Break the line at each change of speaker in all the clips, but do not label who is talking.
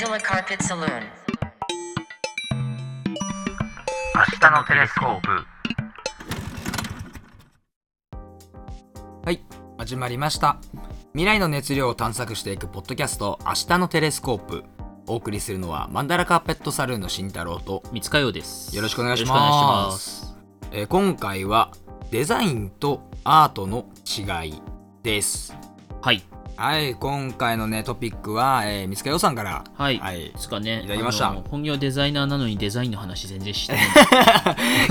Solar Carpet Saloon.
明日のテレスコープ
はい始まりました未来の熱量を探索していくポッドキャスト明日のテレスコープお送りするのはマンダラカーペットサルーンの慎太郎と、
三塚洋です。
よろしくお願いします
よろくお願いします
えー今回はデザインとアートの違いです
はい。
はい今回のねトピックは、えー、三塚洋さんから
はい。
はい
ですかね。
いただきました
あの本業デザイナーなのにデザインの話全然してない。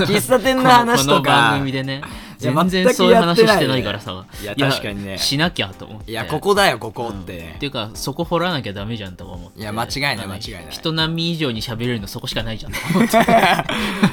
喫茶店の話
この
と
この番
か
組でね。
いや
全
全く
然そういう話してないから
やっ
さ
て。ないねいや確かにね
しなきゃと思って。
いやここだよここ
うん
って、
っていうか、そこ掘らなきゃダメじゃんとか思って。
いや間違いない
あの
間違いない
人並み以上に喋れるのそこしかないじゃんと思って。っ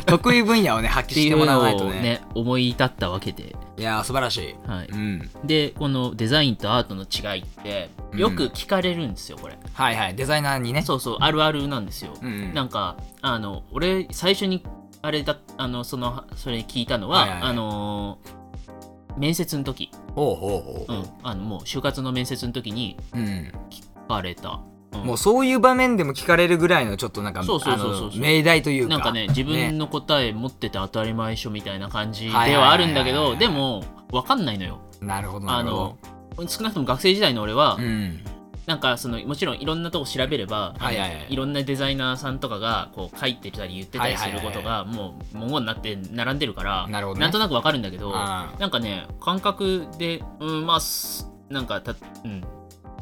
得意分野をね 発揮
て
し
い
て
う
もらわな
の
いと
を
ね
ね、思い至ったわけで。
いやー素晴らしい、
はい。
うん
で、このデザインとアートの違いって、よく聞かれるんですよ、これ。
はいはいデザイナーにね
そうそうあるあるなんですよ、
うんうん
なんかあの俺最初にあれだあのそのそれ聞いたのは、
はいはいはい
あのー面接の時、
ほうほう
う
ほ
ん、あのもう就活の面接の時に
う、うん、
聞かれた、うん
もうそういう場面でも聞かれるぐらいのちょっとなんか
そうそうそうそう
あの命題というか
なんかね自分
ね
の答え持ってて当たり前っしょみたいな感じで
はいはいはいは
はいあるんだけどでも分かんないのよ
なるほどな
あ
るほど
の少なくとも学生時代の俺は、
うん
なんかそのもちろんいろんなとこ調べれば、
はいはいはい
あのろんなデザイナーさんとかがこう書いてたり言ってたりすることがもう文言になって並んでるから
なるほどね
んとなくわかるんだけど
あ
なんかね感覚でうんまあすなんかた、うん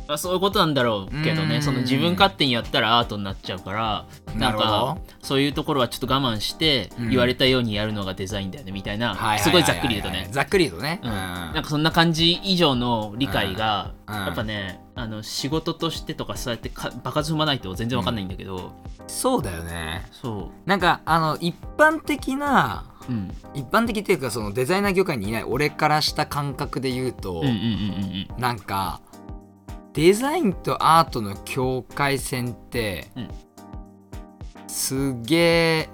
まあ、そういうことなんだろうけ
う
ど
ーん
ねその自分勝手にやったらアートになっちゃうからなん
なるほ
かそういうところはちょっと我慢して
うん
言われたようにやるのがデザインだよねみたいな、
はははは
すごいざっくり言うとね。
ざっくり言うとね
うん
うん
なんかそんな感じ以上の理解が、
うん
やっぱねあの仕事としてとかそうやってか場数踏まないと全然わかんないんだけど、
そうだよね
そ
なんかあの一般的な
う、うん、
一般的っていうかそのデザイナー業界にいない俺からした感覚で言うと、
うんうんうんうん
なんかデザインとアートの境界線って、
うん
すげえ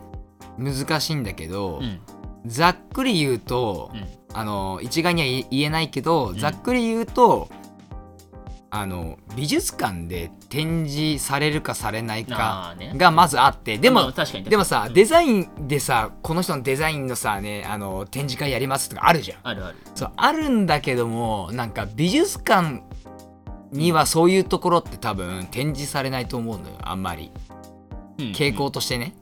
難しいんだけど、
うんうん
ざっくり言うと、
うん
あの一概には言え言えないけど、
ん
ざっくり言うとあの美術館で展示されるかされないか
あーね
がまずあってでも
確かに確かに
でもさ、
うん
デザインでさこの人のデザインのさねあの展示会やりますとかあるじゃん。
あるある
そうあるんだけどもなんか美術館にはそういうところって多分展示されないと思うのよあんまり傾向、としてね。
うんうんうん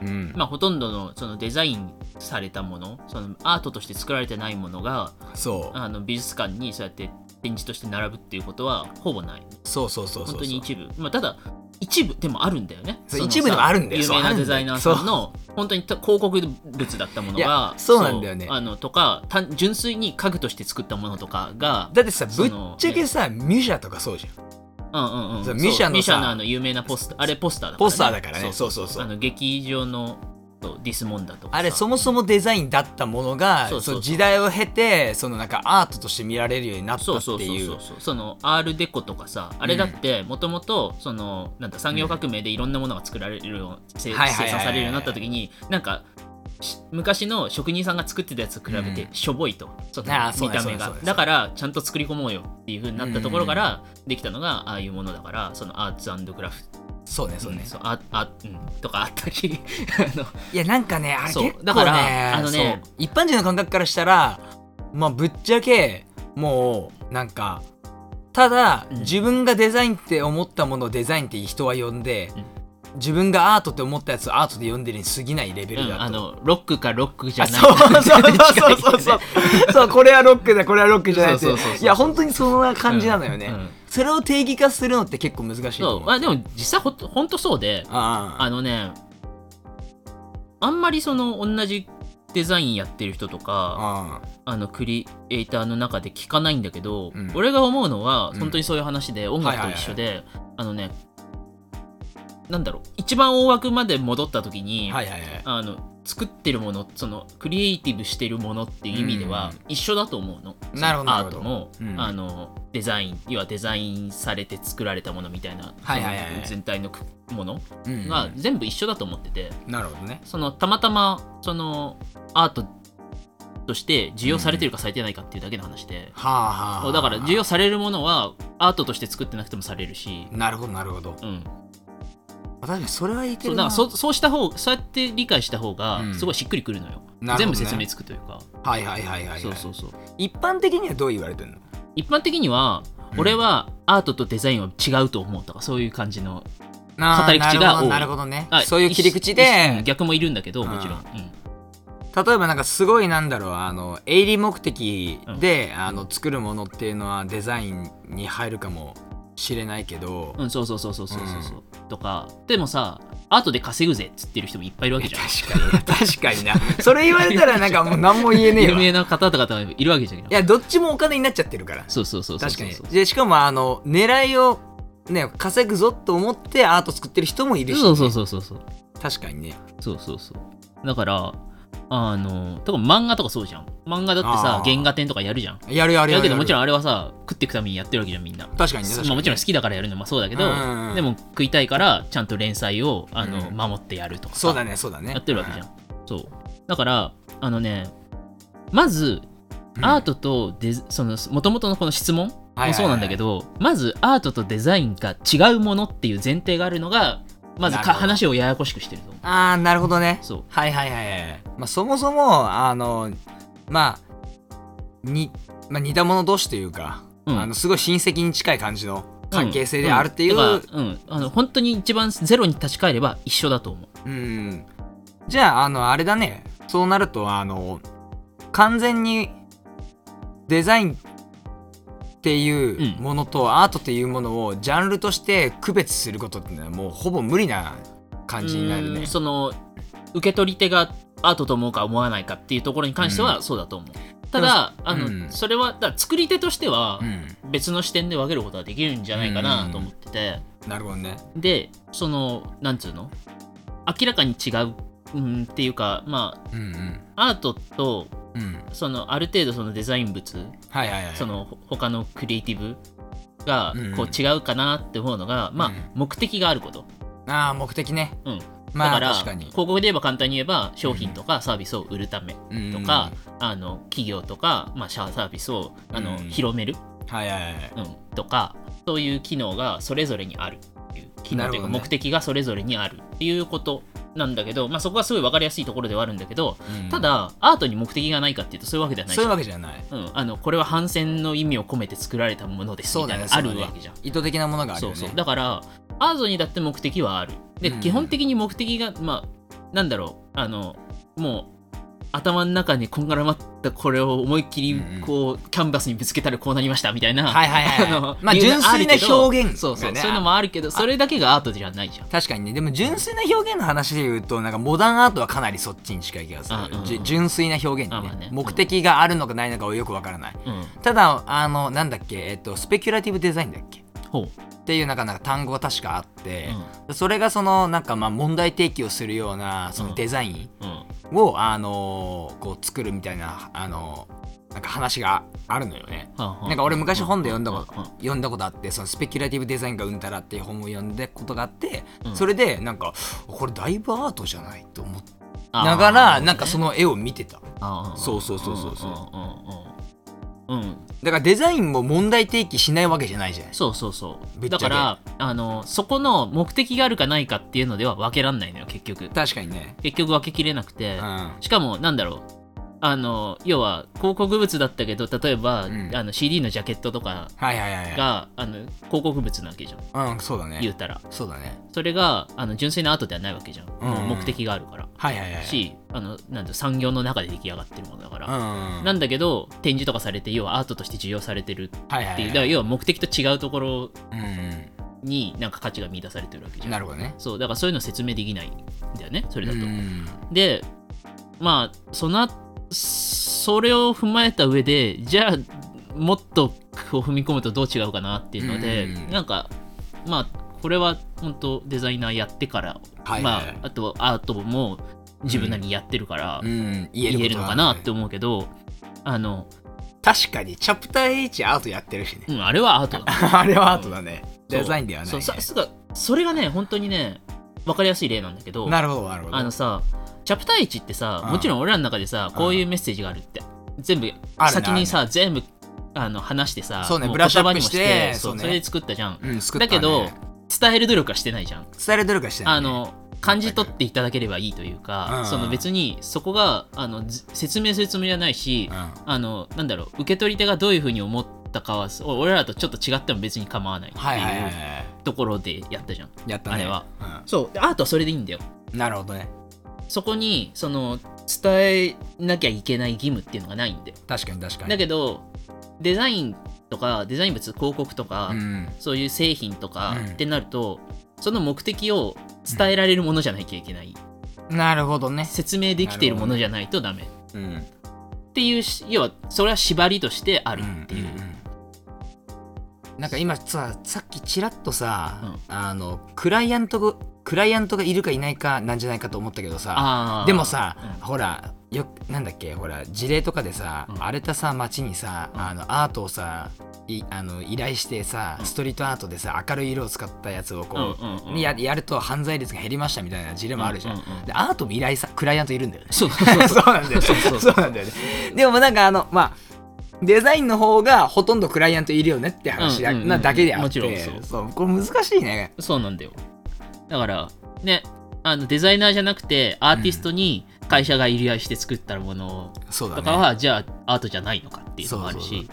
うん
まあ、ほとんどのそのデザインされたものそのアートとして作られてないものが
そう
あの美術館にそうやって展示として並ぶっていうことはほぼない
そうそうそうそうそう
本当に一部まあ、ただ一部でもあるんだよね
そう
の
一部でもあるんだよ
有
そう
名
ある
な
だよ
んデザイナーさんの本当にた広告物だったもの
いや
が
そうなんだよね
そうあのとか単純粋に家具として作ったものとかが
だってさぶ
そ
っ
の
ちゃけさ、ミュシャとかそうじゃん
うんうんうん
そ
そうう
ミシャのさ
ミシャのあの有名なポスターあれポスターだから、ね、
ポスターだからねそうそうそう
あの劇場のそうディスモンだとかさ
あれそもそもデザインだったものが
そうそうそう
そう時代を経てそのなんかアートとして見られるようになった
そう
って
そうそう
い
そううそうそのアールデコとかさあれだってもともとそのなんだ産業革命でいろんなものが作られるようせ
はい
生
はいはいはい
産されるようになった時になんかし昔の職人さんが作ってたやつと比べ
う
て
ん
しょぼいと、その
あーそう
見
だ
た目
そうだそうだ
が
そうだ
だからちゃんと作り込もうよっていう風になったところからできたのがああいうものだからそのアーツクラフト
そうねそうね、
んそうああうんとかあったり あの
いやなんかねあれ結
そう
構ね
だからあのね
そう一般人の感覚からしたらまあぶっちゃけもうなんかただ、
うん
自分がデザインって思ったものをデザインって人は呼んで、自分がアートって思ったやつをアートで呼んでるに過ぎないレベル
うん
だ
あ
と。
のロックかロックじゃ
あ
ない
そうそうそうそ うそうそうこれはロックだこれはロックじゃないって
そうそうそうそう
いや本当にそんな感じなのよね、
うんうん
それを定義化するのって結構難しいと
そう
思う
まあでも実際ほんとほんとそうで
あ
あのね、あんまりその同じデザインやってる人と
あ
か、あのクリエイターの中で聞かないんだけど、
うん
俺が思うのは、
うん
本当にそういう話で、音楽と一緒で、あのね、なんだろう、一番大枠まで戻った時に、
はいはいはい
あの作ってるものそのクリエイティブしてるものっていう意味では一緒だと思うの、
なるほど
アートも、
なるほどうん
あのデザイン要はデザインされて作られたものみたいな、
はいはいはい
その全体のくもの
うんうん
が全部一緒だと思ってて、
なるほどね
そのたまたまそのアートとして需要されてるかされてないかっていうだけの話で、
はあはあはあ
だから需要されるものはアートとして作ってなくてもされるし、
なるほどなるほど
うん、
確かにそれは言いて
そう
る
なん
な
かそそうした方そうやって理解した方が
うん
すごいしっくりくるのよ、
なる
全
ほどね
部説明つくというか、
はいはいはいはい、はい、
そうそうそう
一般的にはどう言われてんの
一般的には
うん
俺はアートとデザインは違うと思うとかそういう感じの
あー
語り口が多
なるほど
い
なるほど
あ
ねそういう切り口
一一
で
うん逆もいるんだけどもちろん、
う
うん
例えばなんかすごいなんだろうあの営利目的で、あの作るものっていうのはデザインに入るかもしれないけど、
うん、そうそうそうそうそうそうそう、とかでもさアートで稼ぐぜっつってる人もいっぱいいるわけじゃん
確かに確かになそれ言われたらなんかもう何も言えねえ
有
わい
名な方々がいるわけじゃんい
やどっちもお金になっちゃってるから
そうそうそうそう
確
そ
か
う
にでしかもあの狙いをね稼ぐぞと思ってアート作ってる人もいるし、ね、
そうそうそうそうそう
確かにね
そうそうそうだからあのとか漫画とかそうじゃん漫画だってさ
あー
原画展とかやるじゃん
やるやるやる
だけどもちろん
ん
あれはさ食っていくためにやってるわけじゃんみんな
確かにね確かに
まあ、もちろん好きだからやるのもそうだけど、
うんうんうん
でも食いたいからちゃんと連載をあの、
うん
守ってやるとかさ
そうだねそうだね
やってるわけじゃ
ん、
ん、そうだからあのねまず
うん
アートとデザその元々のこの質問もそうなんだけど、まずアートとデザインが違うものっていう前提があるのがまず
なる
か
ほど
話をややこしくしてると思う
ああなるほどね
そう
はいはいはいはい、まあ、そもそもあのまあに、まあ、似た者同士というか、
うん
あのすごい親戚に近い感じの関係性であるっていう、うん
んんだからうんあの本当に一番ゼロに立ち返れば一緒だと思う
じゃああのあれだねそうなるとあの完全にデザインっていううんものとアートっていうものをジャンルとして区別することってのはもうほぼ無理な感じになる
うーん
ね。
その受け取り手がアートと思うか思わないかっていうところに関してはそうだと思う、ただあの、
うん
それはだから作り手としては
うん、
別の視点で分けることはできるんじゃないかなと思ってて、
なるほどね。
でそのなんつうの明らかに違う、うん、っていうかま
うんうん
あアートと
うん、
そのある程度そのデザイン物
はいはいはい。
そのほ他のクリエイティブが
うん
こう違うかなって思うのが、まあ
うん
目的があること、
ああ目的ね。
うん、
まあ
だから
確かに
広。告で言えば簡単に言えば商品とかサービスを売るためとか、あの企業とか、まあ、シャーサービスをあの、
うん
広める、
うん、はいはいはい。
うん、とかそういう機能がそれぞれにあるっていう機能
なる
というか
ほどね
目的がそれぞれにあるっていうことなんだけど、まあ、そこはすごい分かりやすいところではあるんだけど
うん
た、だアートに目的がないかっていうとそういうわけではない
そういうわけじゃない。
うん、あのこれは反戦の意味を込めて作られたものです
そ
み
う
た
だ
い
ね
な、
そ
あ
うだね
るわけじゃん。
意図的なものがある
そ
よ
う
ね。
そうだからアートにだって目的はあるで、
うん
基本的に目的がまあなんだろうあのもう頭の中にこんがらまったこれを思いっきり
うんうん
こう、キャンバスにぶつけたらこうなりましたみたいな、
はいはいはい
あの
まあ
理由がるけど
純粋な表現
そうそ
が
う、
ね
そういうのもあるけどそれだけがアートじゃないじゃん
確かにねでも純粋な表現の話で言うとなんかモダンアートはかなりそっちに近い気がする
あ、うんうん
じゅ純粋な表現に
あ
ね,、
まあね
目的があるのかないのかはよくわからない、
うん
ただあのなんだっけ、えっと、スペキュラティブデザインだっけっ
ほう、
ていうなんかなんか単語が確かあって
うん、
それがそのなんかまあ問題提起をするようなそのデザイン、
うん
を、あのーこう作るみたいな、あのーなんか話があるのよね。なんか俺昔本で読んだこと、読んだことあってそのスペキュラティブデザインがうんたらっていう本を読んだことがあって、
うん
それでなんかこれだいぶアートじゃないと思って
と
ながらなんかその絵を見てた
そう
そうそうそうそう
うんうんうんうんうん
だからデザインも問題提起しないわけじゃないじゃない
そうそうそ
ぶ
う
っちゃ
だ
け
からあのそこの目的があるかないかっていうのでは分けらんないのよ結局
確かにね
結局分けきれなく
う
て
ん、はい
しかもなんだろうあの要は広告物だったけど例えば、
うん
あの CD のジャケットとか
はいはいは
が、あの広告物なわけじゃん、
いうんそうだ
言う
ね
たら
そうだね
それがあの純粋なアートではないわけじゃん、
うん
目的があるから、
はいはいはい
しあのなんだろう産業の中で出来上がってるものだか
うん
ら、
は
なんだけど展示とかされて要はアートとして需要されてるっ
いは
てい
い
う、だか
は
ら
い
要は目的と違うところ
うん
になんか価値が見出されてるわけじゃん
なるほどね
そうだからそういうの説明できないんだよねそれだと、
うん
でまあそのそれを踏まえた上でじゃあもっとこう踏み込むとどう違うかなっていうので、
うん
なんかまあこれは本当デザイナーやってから、
はいはい
まああとアートも自分なりにやってるから、
うん言え
言え
ること
るの
は
かなって思うけどあの、
確かにチャプター H アートやってるしね
うん、あれはアートだ
あれはアートだねデザインではない、
そう
ね、
そうさすがそれがね本当にね分かりやすい例なんだけど
なるほどなるほど
あのさチャプター1ってさ
うん
もちろん俺らの中でさ
ん
こういうメッセージがあるって全部
あるね
先にさ全部あの話してさ
そうね
も
ブラッシュアップ
言葉にも
してそ
そう
うね
それで作ったじゃん
うん、作った
だ
ね
けど伝える努力はしてないじゃん。
伝える努力はしてない、
あ、の感じ取っていただければいいというか、
うん
その別にそこがあのず説明するつもりはないし、
うん、
あのなんだろう受け取り手がどういうふうに思ったかはお俺らとちょっと違っても別に構わないって
はいはいはい
いう
は
ところでやったじゃん。
いやったね
あれは、そうでアートはそれでいいんだよ。
うん、なるほどね
そこにその伝えなきゃいけない義務っていうのがないんだよ。
確かに確かに
だけどデザインとかデザイン物広告とか、
うん、
そういう製品とか
うん
ってなると、その目的を伝えられるものじゃなきゃいけない、
なるほどね、
説明できているものじゃないとダメ、
うん、
っていうし要はそれは縛りとしてあるっていう、
なんか今ささっきちらっとさ、
う
あのクライアントがクライアントがいるかいないかなんじゃないかと思ったけどさ
あー
でもさ、
うん
ほらよなんだっけほら事例とかでさ、
うん
荒れたさ街にさ、
うん
あのアートをさいあの依頼してさストリートアートでさ明るい色を使ったやつをこう、
うんうんうん
ややると犯罪率が減りましたみたいな事例もあるじゃん,、
うんうんうん
でアートも依頼さクライアントいるん だよね
そうそうそう
そうなんだよね。そうなんだよね。でもなんかあの、まあ、デザインの方がほとんどクライアントいるよねって話だ,、
うんうんうん
なだけであって
もちろんそう
うこれ難しいね。
そうなんだよだからねあのデザイナーじゃなくてアーティストに会社が依頼して作ったもの
そうだね。
とかは、じゃあアートじゃないのかっていうのもある
そう
し
い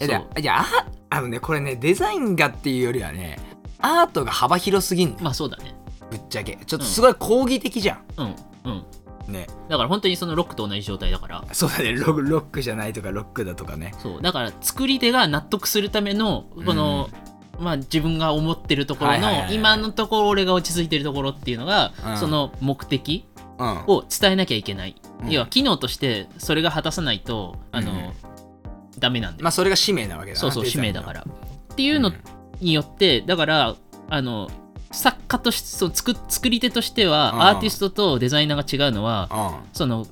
やいやああのねこれねデザインがっていうよりはねアートが幅広すぎんの
まあそうだね
ぶっちゃけちょっとすごい抗義的じゃん。
うんうん
ね
だから本当にそのロックと同じ状態だから
そうだねロロックじゃないとかロックだとかね。
そうだから作り手が納得するためのこの、まあ、自分が思ってるところ
は
の、
いはいはいはい
今のところ俺が落ち着いてるところっていうのが、
うん
その目的
うん。
を伝えなきゃいけない、
うん
要は機能としてそれが果たさないとあの、
うん
ダメなんで、
まあそれが使命なわけだな
そうそう
デ
使
ザイ
命
ンの
だからっていうのによってだからあの作家としてそう作作り手として
うん
はアーティストとデザイナーが違うのは、
うん。うん
その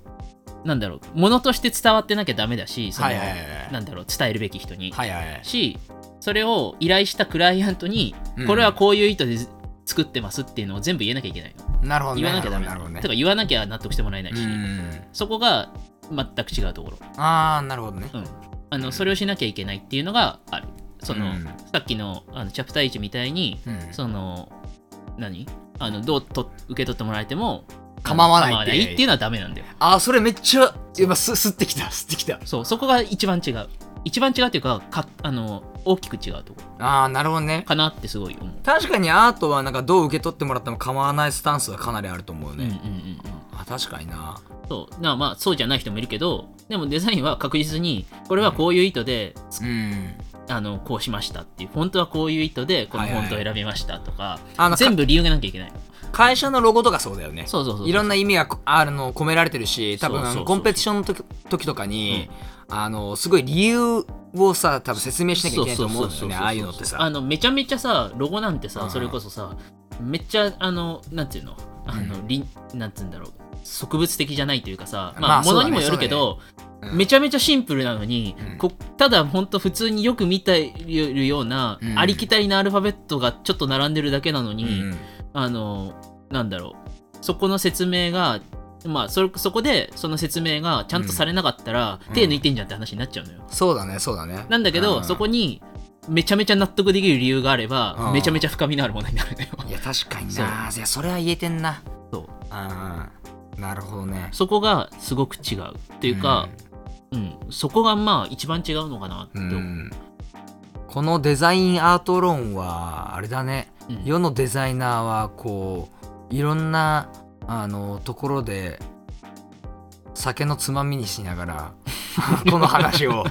なんだろうものとして伝わってなきゃダメだしその、
はいはいはいはい
なんだろう伝えるべき人に、
はいはいはい。
しそれを依頼したクライアントに、
うん
これはこういう意図で作ってますっていうのを全部言えなきゃいけないの、
なるほどね。
言わなきゃダメ
なるほどね。
てか言わなきゃ納得してもらえないし、
うん。
そこが全く違うところ、
ああなるほどね。
うん、あのそれをしなきゃいけないっていうのがあるその、
うん
さっきのあのチャプター1みたいに、
うん
その何あのどうと受け取ってもらえても
構わない
構
って
っていうのはダメなんだよ
あーそれめっちゃ今す吸ってきた吸ってきた
そうそこが一番違う一番違うっていうかかあの大きく違うところ
ああなるほどね
かなってすごい思う
確かにアートはなんかどう受け取ってもらっても構わないスタンスはかなりあると思う
うんうんうん
ね、
うん
あ確かにな
そうなまあそうじゃない人もいるけどでもデザインは確実にこれはこういう意図で、
うん
あのこうしましたっていうフォントはこういう意図でこのフォントを選びましたとか、
あの
全
全
部理由がなきゃいけない
会社のロゴとかそうだよね
そうそうそう
いろんな意味がこあの込められてるし多分
そうそうそう
コンペティションの時時とかに、あのすごい理由をさ多分説明しなきゃいけないと思うんだよねああいうのって
あ
さ
のめちゃめちゃさロゴなんて
う
さ
ん
それこそさめっちゃあのなんていうのあの、
う
りなんていうんだろう植物的じゃないというかさ、
ま
まあ
あ
もの
そ
に
うだね
もよるけど、
うん
めちゃめちゃシンプルなのに、
うん
こただほんと普通によく見ているような、
うん
ありきたりなアルファベットがちょっと並んでるだけなの
う
に、
ん
あのなんだろうそこの説明がまあそれそこでその説明がちゃんとされなかったら、
うん
手抜いてんじゃんって話になっちゃうのよ。
そうだねそうだね
なんだけど、
うん
そこにめちゃめちゃ納得できる理由があれば、
うん
めちゃめちゃ深みのあるものになるのよ。
いや確かにないやそれは言えてんな
そう
ああなるほどね
そこがすごく違うっていうか、うんそこがまあ一番違うのかなって
う
思
ん、
う、
このデザインアート論はあれだね
うん
世のデザイナーはこういろんなあのところで酒のつまみにしながら この話 を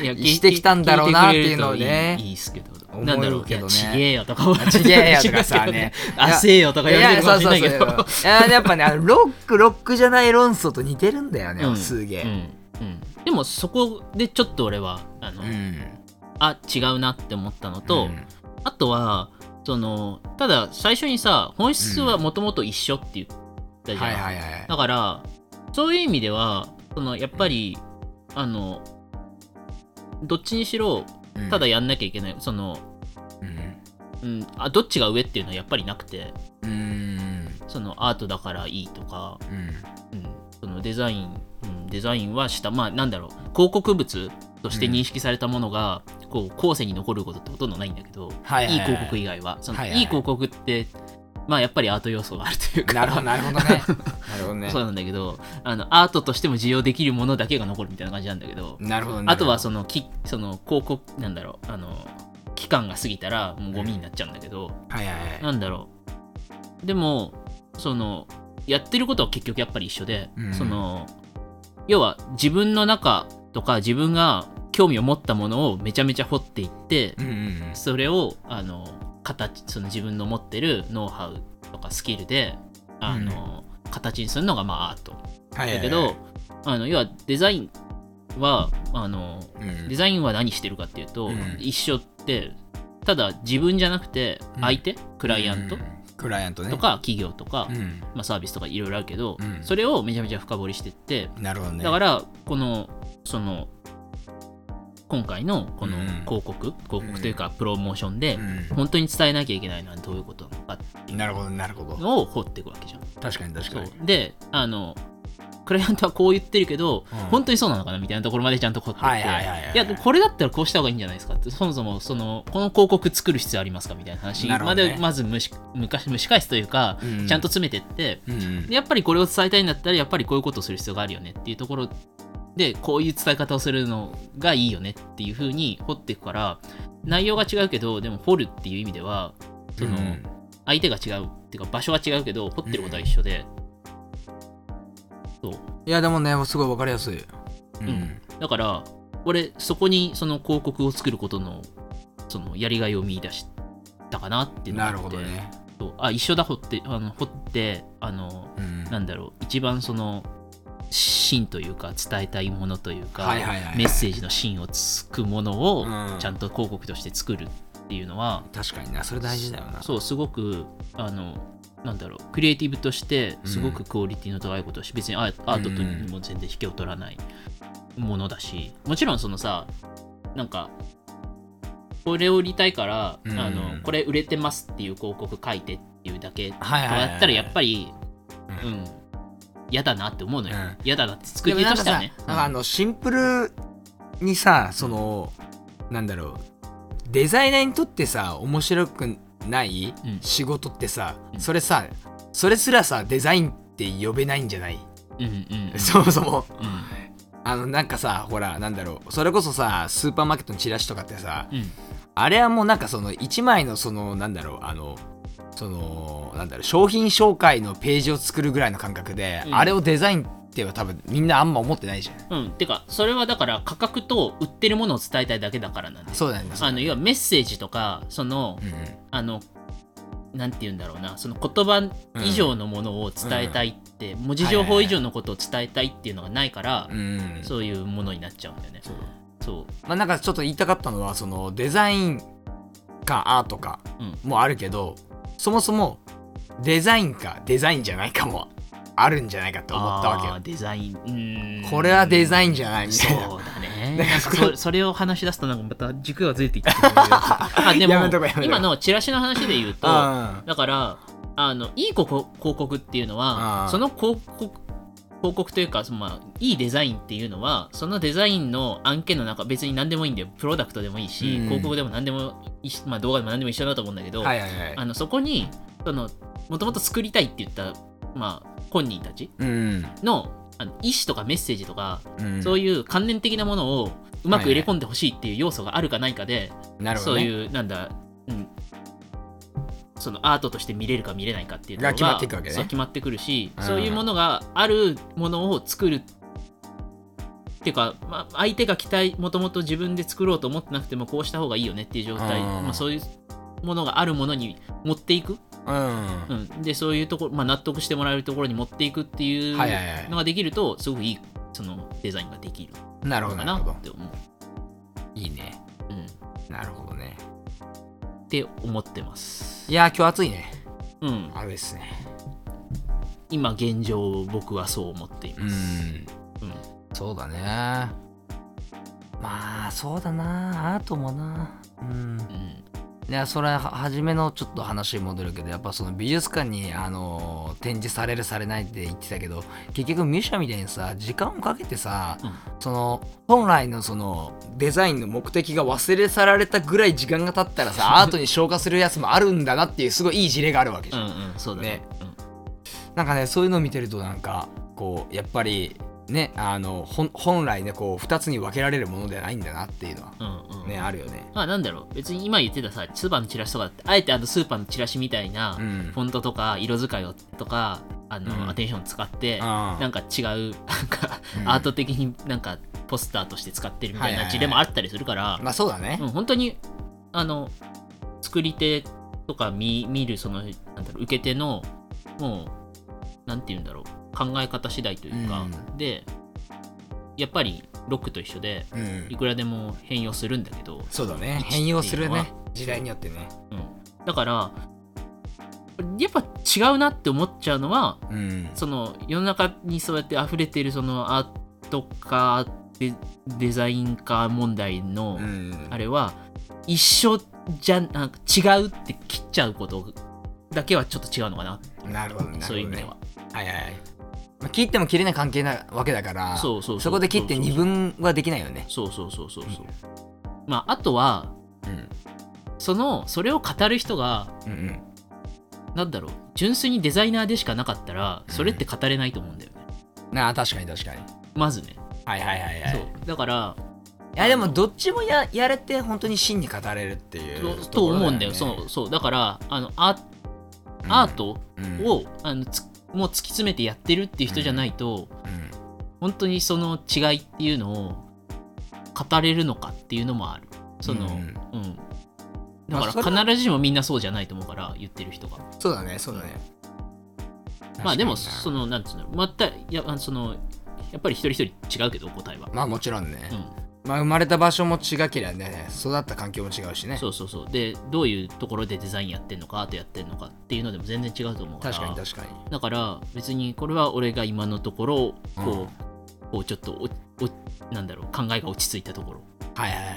いや
してきたんだろうなっていうのをね
聞いてくれるといいいいっすけど
思う
なんだろうい
け
や
どね
ちげえよとか思われ
ちげえよとかさねいや
あせえよとか言われてるかもしれないけ
いや
ど
そうそうそういややっぱねあのロックロックじゃない論争と似てるんだよね、
うん
すげえ、
うんうんでもそこでちょっと俺はあの、
うん
あ違うなって思ったの
う
と、
ん
あとはそのただ最初にさ本質はもともと一緒って言ったじゃん、
はいはいはい
だからそういう意味ではそのやっぱりあのどっちにしろ
うん
ただやんなきゃいけない、その、
うん
うん、あどっちが上っていうのはやっぱりなくて
うん
そのアートだからいいとか、
うん
うん、そのデザイン、うん、デザインはしたまあなんだろう広告物として認識されたものが、こう後世に残ることってほとんどないんだけど、
はいはいはい
い広告以外はその、
はいい
い
はい
広告ってまあやっぱりアート要素があるというか
なるほどなるほど ねなるほどね
そうなんだけどあのアートとしても需要できるものだけが残るみたいな感じなんだけど
なるほど
あとは
そ
そのきその広告なんだろうあの期間が過ぎたらもうゴミになっちゃうんだけど、
はいはいはい
なんだろうでもそのやってることは結局やっぱり一緒で、
うん
その要は自分の中とか自分が興味を持ったものをめちゃめちゃ掘っていって、
うんうんうん
それをあの形その自分の持ってるノウハウとかスキルであの、形にするのがまあアート
はいはいはい
だけど、あの要はデザインはあの
うん
デザインは何してるかっていうと、
うん
一緒ってただ自分じゃなくて
うん
相手、クライアント
うんクライアントね
とか企業とか、
うん
まあ、サービスとかいろいろあるけど、
うん
それをめちゃめちゃ深掘りしてって
なるほどね
だかららこのその今回のこの
うん
広告、広告というかプロモーションで本当に伝えなきゃいけないのはどういうことなのかってい
なるほどなるほ
う
ど
のを掘っていくわけじゃん。
確かに確かに
そうであのクライアントはこう言ってるけど、
うん
本当にそうなのかなみたいなところまでちゃんと掘っていって、
はいはいはいはい
やこれだったらこうした方がいいんじゃないですかってそもそもそのこの広告作る必要ありますかみたいな話
なる
ま
ほどね
でまず蒸し昔蒸し返すというか、
うん
ちゃんと詰めてって
うんうん
でやっぱりこれを伝えたいんだったらやっぱりこういうことをする必要があるよねっていうところでこういう伝え方をするのがいいよねっていうふうに掘っていくから内容が違うけどでも掘るっていう意味ではその、
うん
相手が違うっていうか場所は違うけど掘ってることは一緒で、そう
いやでもねすごいわかりやすいうん
だから俺そこにその広告を作ることのそのやりがいを見出したかなっていうのがあ
な
って
るほどね
そうあ一緒だ掘ってあの掘ってあの
うん
なんだろう一番その芯というか伝えたいものというか、
はいはいはい
メッセージの芯をつくものを
うん
ちゃんと広告として作るっていうのは、
確かになそれ大事だよな
そうすごくあのなんだろうクリエイティブとして
うん
すごくクオリティの高いことをし、別にアーアートとにも全然引けを取らないものだし、もちろんそのさなんかこれを売りたいから、
うん
あのこれ売れてますっていう広告書いてっていうだけと
はい
か
はいはい
やったらやっぱり
う
うん嫌だなって思うのよ
うん
嫌、だなって作
で
り
も
手
な
と
んか
してはね
さなんかあのシンプルにさそのなんだろうデザイナーにとってさ面白くない
うん
仕事ってさ
うん
それさそれすらさデザインって呼べないんじゃない
うんうんうん
そもそも
う
あのなんかさほらなんだろうそれこそさスーパーマーケットのチラシとかってさ
んうん
あれはもうなんかその1枚のそのなんだろうあのそのなんだろう商品紹介のページを作るぐらいの感覚で、
うん
あれをデザインっては多分みんなあんま思ってないじゃん
うん、てかそれはだから価格と売ってるものを伝えたいだけだからなんです
そうだよね
あの要はメッセージとかその
うんうん
あのなんて言うんだろうなその言葉以上のものを伝えたいって、文字情報以上のことを伝えたいっていうのがないから、
うん
そういうものになっちゃうんだよねそう
まあ、なんかちょっと言いたかったのはそのデザインかアートか
うん
もあるけどそもそもデザインかデザインじゃないかもあるんじゃないかって思ったわけ
あ
よ
ーデザインうーん
これはデザインじゃないみたい な
そうだね。
だから
なんか
そ
そそれを話し出すとなんかまた軸がずれていってしまう あで
やめとこうやめとこ
も
う
今のチラシの話で言うと
あ
だからあのいい広告広告っていうの
あ
は
ー
その広告広告というか、そのまあ、いいデザインっていうのはそのデザインの案件の中別に何でもいいんだよプロダクトでもいいし、
うん
広告でも何でもいいし、まあ、動画でも何でも一緒だと思うんだけど、
うんはいはいはい
あのそこにそのもともと作りたいって言った、まあ、本人たち
うん
のあの意思とかメッセージとか
うん
そういう関連的なものをうまく入れ込んでほしいっていう要素があるかないかで、
なるほ
そ
ど
う
ね
いう、なんだ、うん、そのアートとして見れるか見れないかっていうの
が決まっていくわけね
そう決まってくるし、
うん
そういうものがあるものを作るっていうか、まあ、相手が期待もともと自分で作ろうと思ってなくてもこうした方がいいよねっていう状態、
うん
まあ、そういうものがあるものに持っていく、
うん
うん、でそういうところ、まあ、納得してもらえるところに持っていくっていう
はいはいはい
のができると、すごくいいそのデザインができる。
なるほど
か
な
な
るほど
って思う、
いいね
うん、っ
なるほどね
て思ってます
い、やー今日暑いね
うん、
あれですね
今現状僕はそう思っています、うん
そうだねまあそうだなアートもなうん
うん
いやそれは初めのちょっと話に戻るけどやっぱその美術館にあの展示されるされないって言ってたけど結局ミシャみたいにさ時間をかけてさ、
うん
その本来のそのデザインの目的が忘れ去られたぐらい時間が経ったら さアートに昇華するやつもあるんだなっていうすごいいい事例があるわけじ
う
ゃん、
んうんそうだね
ねなんかねそういうのを見てるとなんかこうやっぱりねあのほん本来ねこう2つに分けられるものではないんだなっていうのは
うんうんうん
ね、あるよね
まあなんだろう別に今言ってたさスーパーのチラシとかだってあえてあのスーパーのチラシみたいな
うん
フォントとか色使いをとかあの、
うん
アテンション使って
あー
なんか違うなんか、
うん
アート的になんかポスターとして使ってるみたい
はいはい
な
はい
事例もあったりするから、
まあそうだね
うん、本当にあの作り手とか見見るそのなんだろう受け手のもうなんて言うんだろう考え方次第というか、でやっぱりロックと一緒で
うん、
いくらでも変容するんだけど、
そうだね
位置
変容する
っていう
ね
の
時代によってね
うん、だからやっぱ違うなって思っちゃうのは
うん
その世の中にそうやって溢れてるそのアートかデデザインか問題の、
うん
あれは一緒じゃなんか違うって切っちゃうことだけはちょっと違うのかな
なるほどね
そういう意味では
はいはいはいまあ切っても切れない関係なわけだから
そうそうそう
こで切って二分はできないよね
そうそうそうそうそうまああとは
うん
そのそれを語る人が
うんうん
なんだろう純粋にデザイナーでしかなかったらそれって語れないと思うんだよね、
なあ確かに確かに
まずね、
はいはいはいはい
そうだから
いやでもどっちもややれて本当に真に語れるっていう
と
こ
と
ろ
思うんだよ、
ね
そうそうだからあのア
うん
アート
うん
を、あのつもう突き詰めてやってるっていう人じゃないと、
うん
本当にその違いっていうのを語れるのかっていうのもあるその、
う
うんん
まあ
だ
そ
か
れは
ら必ずしもみんなそうじゃないと思うから言ってる人が
そうだねそうだね
まあでも
確
そ
かにな
のなんつうのまたいやあのそのやっぱり一人一人違うけど答えは、
まあもちろんね、
う
まあ生まれた場所も違けりゃね育った環境も違うしね
ん、そうそうそうでどういうところでデザインやってんのかアートやってんのかっていうのでも全然違うと思うから
確かに確かに
だから別にこれは俺が今のところ
うん
こう,、こうちょっとおおなんだろう考えが落ち着いたところ
はいはいはい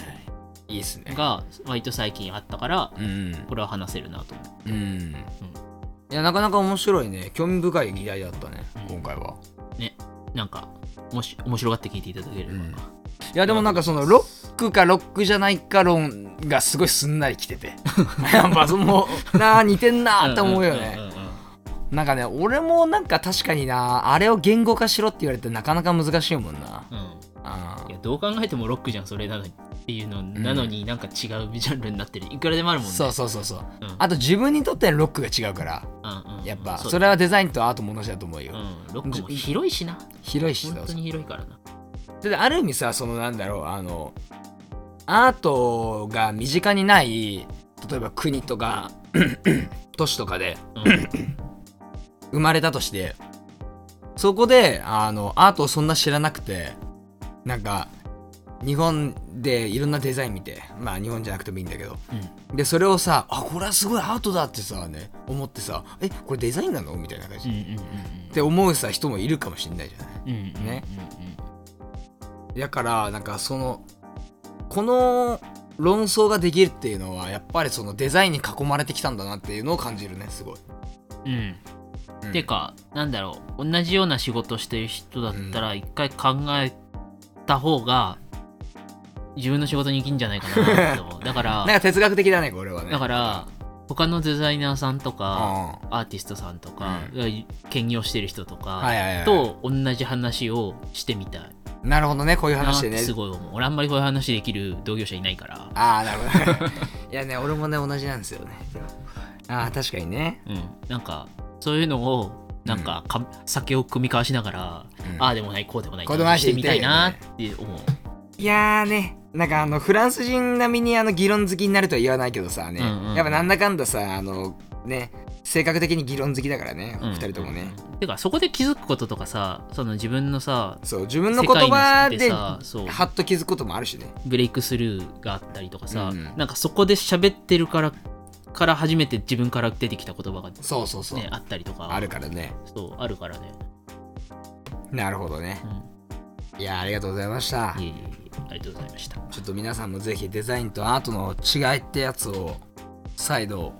いいっすね
が割と最近あったから
うん
これは話せるなと思う
うんいやなかなか面白いね興味深い議題だったね、今回は
ね、なんか、もし面白がって聞いていただければ。
うんいやでもなんかそのロックかロックじゃないか論がすごいすんなりきて てやっぱそ のなあ似てんなあって思うよ
ん
ね
んうんうん
なんかね俺もなんか確かになあれを言語化しろって言われてなかなか難しいもんな
うん
あ
いやどう考えてもロックじゃん、それなのに。っていうのなのになんか違うジャンルになってる。いくらでもあるもんね。
そうそうそうそう
うん。
あと自分にとってのロックが違うから
うんうん
やっぱ
そう
それはデザインとアートも同じだと思うよ、
うん、ロックも広いしな。
広いし
本当に広いからな。
だってある意味さそのなんだろうあのアートが身近にない例えば国とか 都市とかで
うん
生まれたとしてそこであのアートをそんな知らなくてなんか日本でいろんなデザイン見てまあ日本じゃなくてもいいんだけどでそれをさあこれはすごいアートだってさね思ってさえこれデザインなのみたいな感じ、
うん
っ
うん
て思うさ人もいるかもしれないじゃない
うんうんうん
ねだからなんかそのこの論争ができるっていうのはやっぱりそのデザインに囲まれてきたんだなっていうのを感じるねすごい。
うんうん
うん
てか、なんだろう、同じような仕事してる人だったら、一回考えた方が、自分の仕事に生きんじゃないかなって思う。だか
な
ら
ん、か哲学的だねこれはね。
だから他のデザイナーさんとか
う
アーティストさんとか、
う
兼業してる人と
ん、は
か
いはいはい。
と同じ話をしてみたい
なるほどねこういう
なっ
話で
て
ね。
すごい思う俺あんまりこういう話できる同業者いないから、
ああなるほど、 ね。いやね俺もね同じなんですよね。でもああ確かにね。
うん、なんかそういうのをなんかか、酒を酌み交わしながら、
うん
ああでもないこうでもない
こうでもない
してみたいなって思う、
いやーねなんかあのフランス人並みにあの議論好きになるとは言わないけどさね、
うんうん
やっぱなんだかんださあのね性格的に議論好きだからね、
うん
二人ともね。
うんてかそこで気づくこととかさその自分のさ
そう自分の言葉
世界に
で
さそう
ハッと気づくこともあるしね。
ブレイクスルーがあったりとかさ、
うんうん
なんかそこで喋ってるからから初めて自分から出てきた言葉が、ね、
そうそうそう。
あったりとか
あるからね。
そうあるからね、
なるほどね
う。ん
いや、ありがとうございました。
いえいえいえありがとうございました
ちょっと皆さんもぜひデザインとアートの違いってやつを再度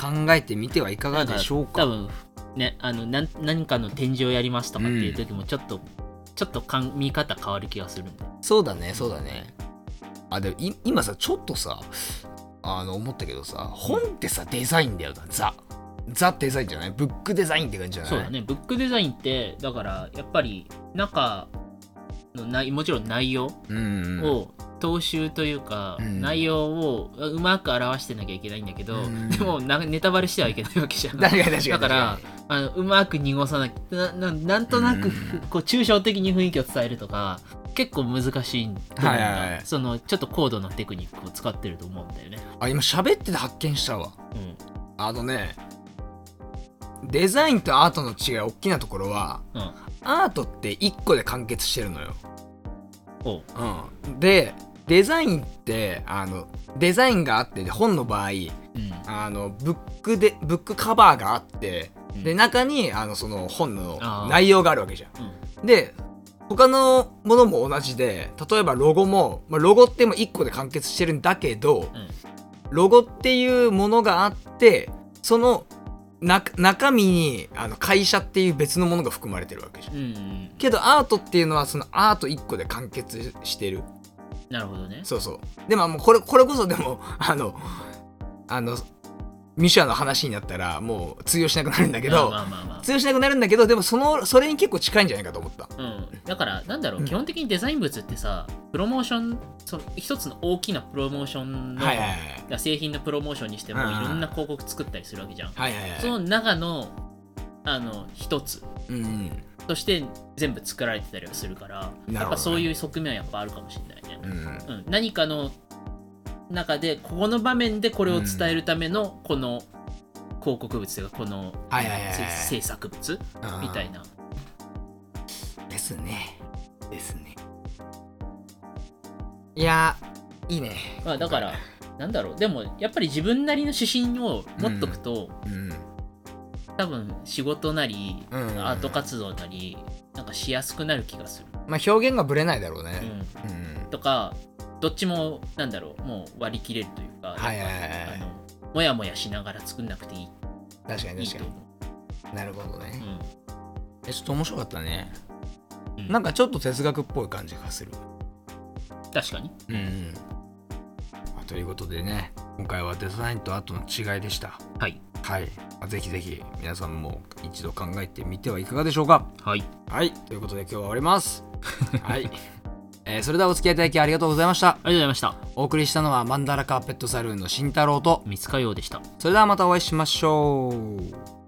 考えてみてはいかがでしょうか
多分ねあのなん何かの展示をやりますとかっていう時もちょっと、ちょっとかん見方変わる気がするんで
そうだねそうだねあでもい今さちょっとさあの思ったけどさ本ってさデザインだよなザザデザインじゃないブックデザインって感じじゃない
そうだねブックデザインってだからやっぱり中の内もちろん内容
うんうんうん
を踏襲というか、
うん
内容をうまく表してなきゃいけないんだけど、
うん
でもなネタバレしてはいけないわけじゃん。
確かに確かに
だからあのうまく濁さなきゃなななんとなくふ、こう抽象的に雰囲気を伝えるとか結構難しいんだ、
はいはいはい
そのちょっと高度なテクニックを使ってると思うんだよね。
あ今喋ってて発見したわ
うん
あのねデザインとアートの違い大きなところは
うん
アートって一個で完結してるのよ、
おう
うん、でデザインってあのデザインがあって本の場合
うん
あのブックでブックカバーがあって
うん
で中にあのその本の
あー
内容があるわけじゃん。
うん
で他のものも同じで例えばロゴも、まあ、ロゴっても1個で完結してるんだけど、
うん
ロゴっていうものがあってそのな中身にあの会社っていう別のものが含まれてるわけじゃん。
うんうん
けどアートっていうのはそのアート1個で完結してる
なるほどね。
そうそう。でももうこれこれこそでも あのあのミシュアの話になったらもう通用しなくなるんだけど、
まあまあまあまあ
通用しなくなるんだけどでもそのそれに結構近いんじゃないかと思った。
うん、だからなんだろう、
うん
基本的にデザイン物ってさプロモーションその一つの大きなプロモーションの、
はいはいはい
製品のプロモーションにしてもい
うんうん
ろんな広告作ったりするわけじゃん、
はいはいはい。
その中のあの一つ
うん
として全部作られてたりはするから
どね
やっぱそういう側面はやっぱあるかもしれないね
う、んうん
うん、何かの中でここの場面でこれを伝えるためのこの広告物というかこの
はいはいはいはい
せ制作物
うん
みたいな
ですね。ですね。いやいいね。
まあだから、なんだろう、でもやっぱり自分なりの指針を持っとくと、
うん、
多分仕事なり、
うんうんうん
アート活動なり、なんかしやすくなる気がする。
まあ表現がぶれないだろう
う
ね。
ん、
うん
とか、どっちも、なんだろう、もう割り切れるというか、
はいはいはい
あ
は
のもやもやしながら作んなくていい
い。確か
い
に
い
確
と
か
思
に。なるほどね。
う。うん
えちょっと面白かったね、
うん
なんかちょっと哲学っぽい感じがする
確かに。
うん、うんまあということでね今回はデザインとアートの違いでした
はい。
はいまあぜひぜひ皆さんも一度考えてみてはいかがでしょうか
はい。
はいということで今日は終わりますはい、えーそれではお付き合いいただきありがとうございました
ありがとうございました。
お送りしたのはマンダラカーペットサルーンの慎太郎と
三塚洋でした。
それではまたお会いしましょう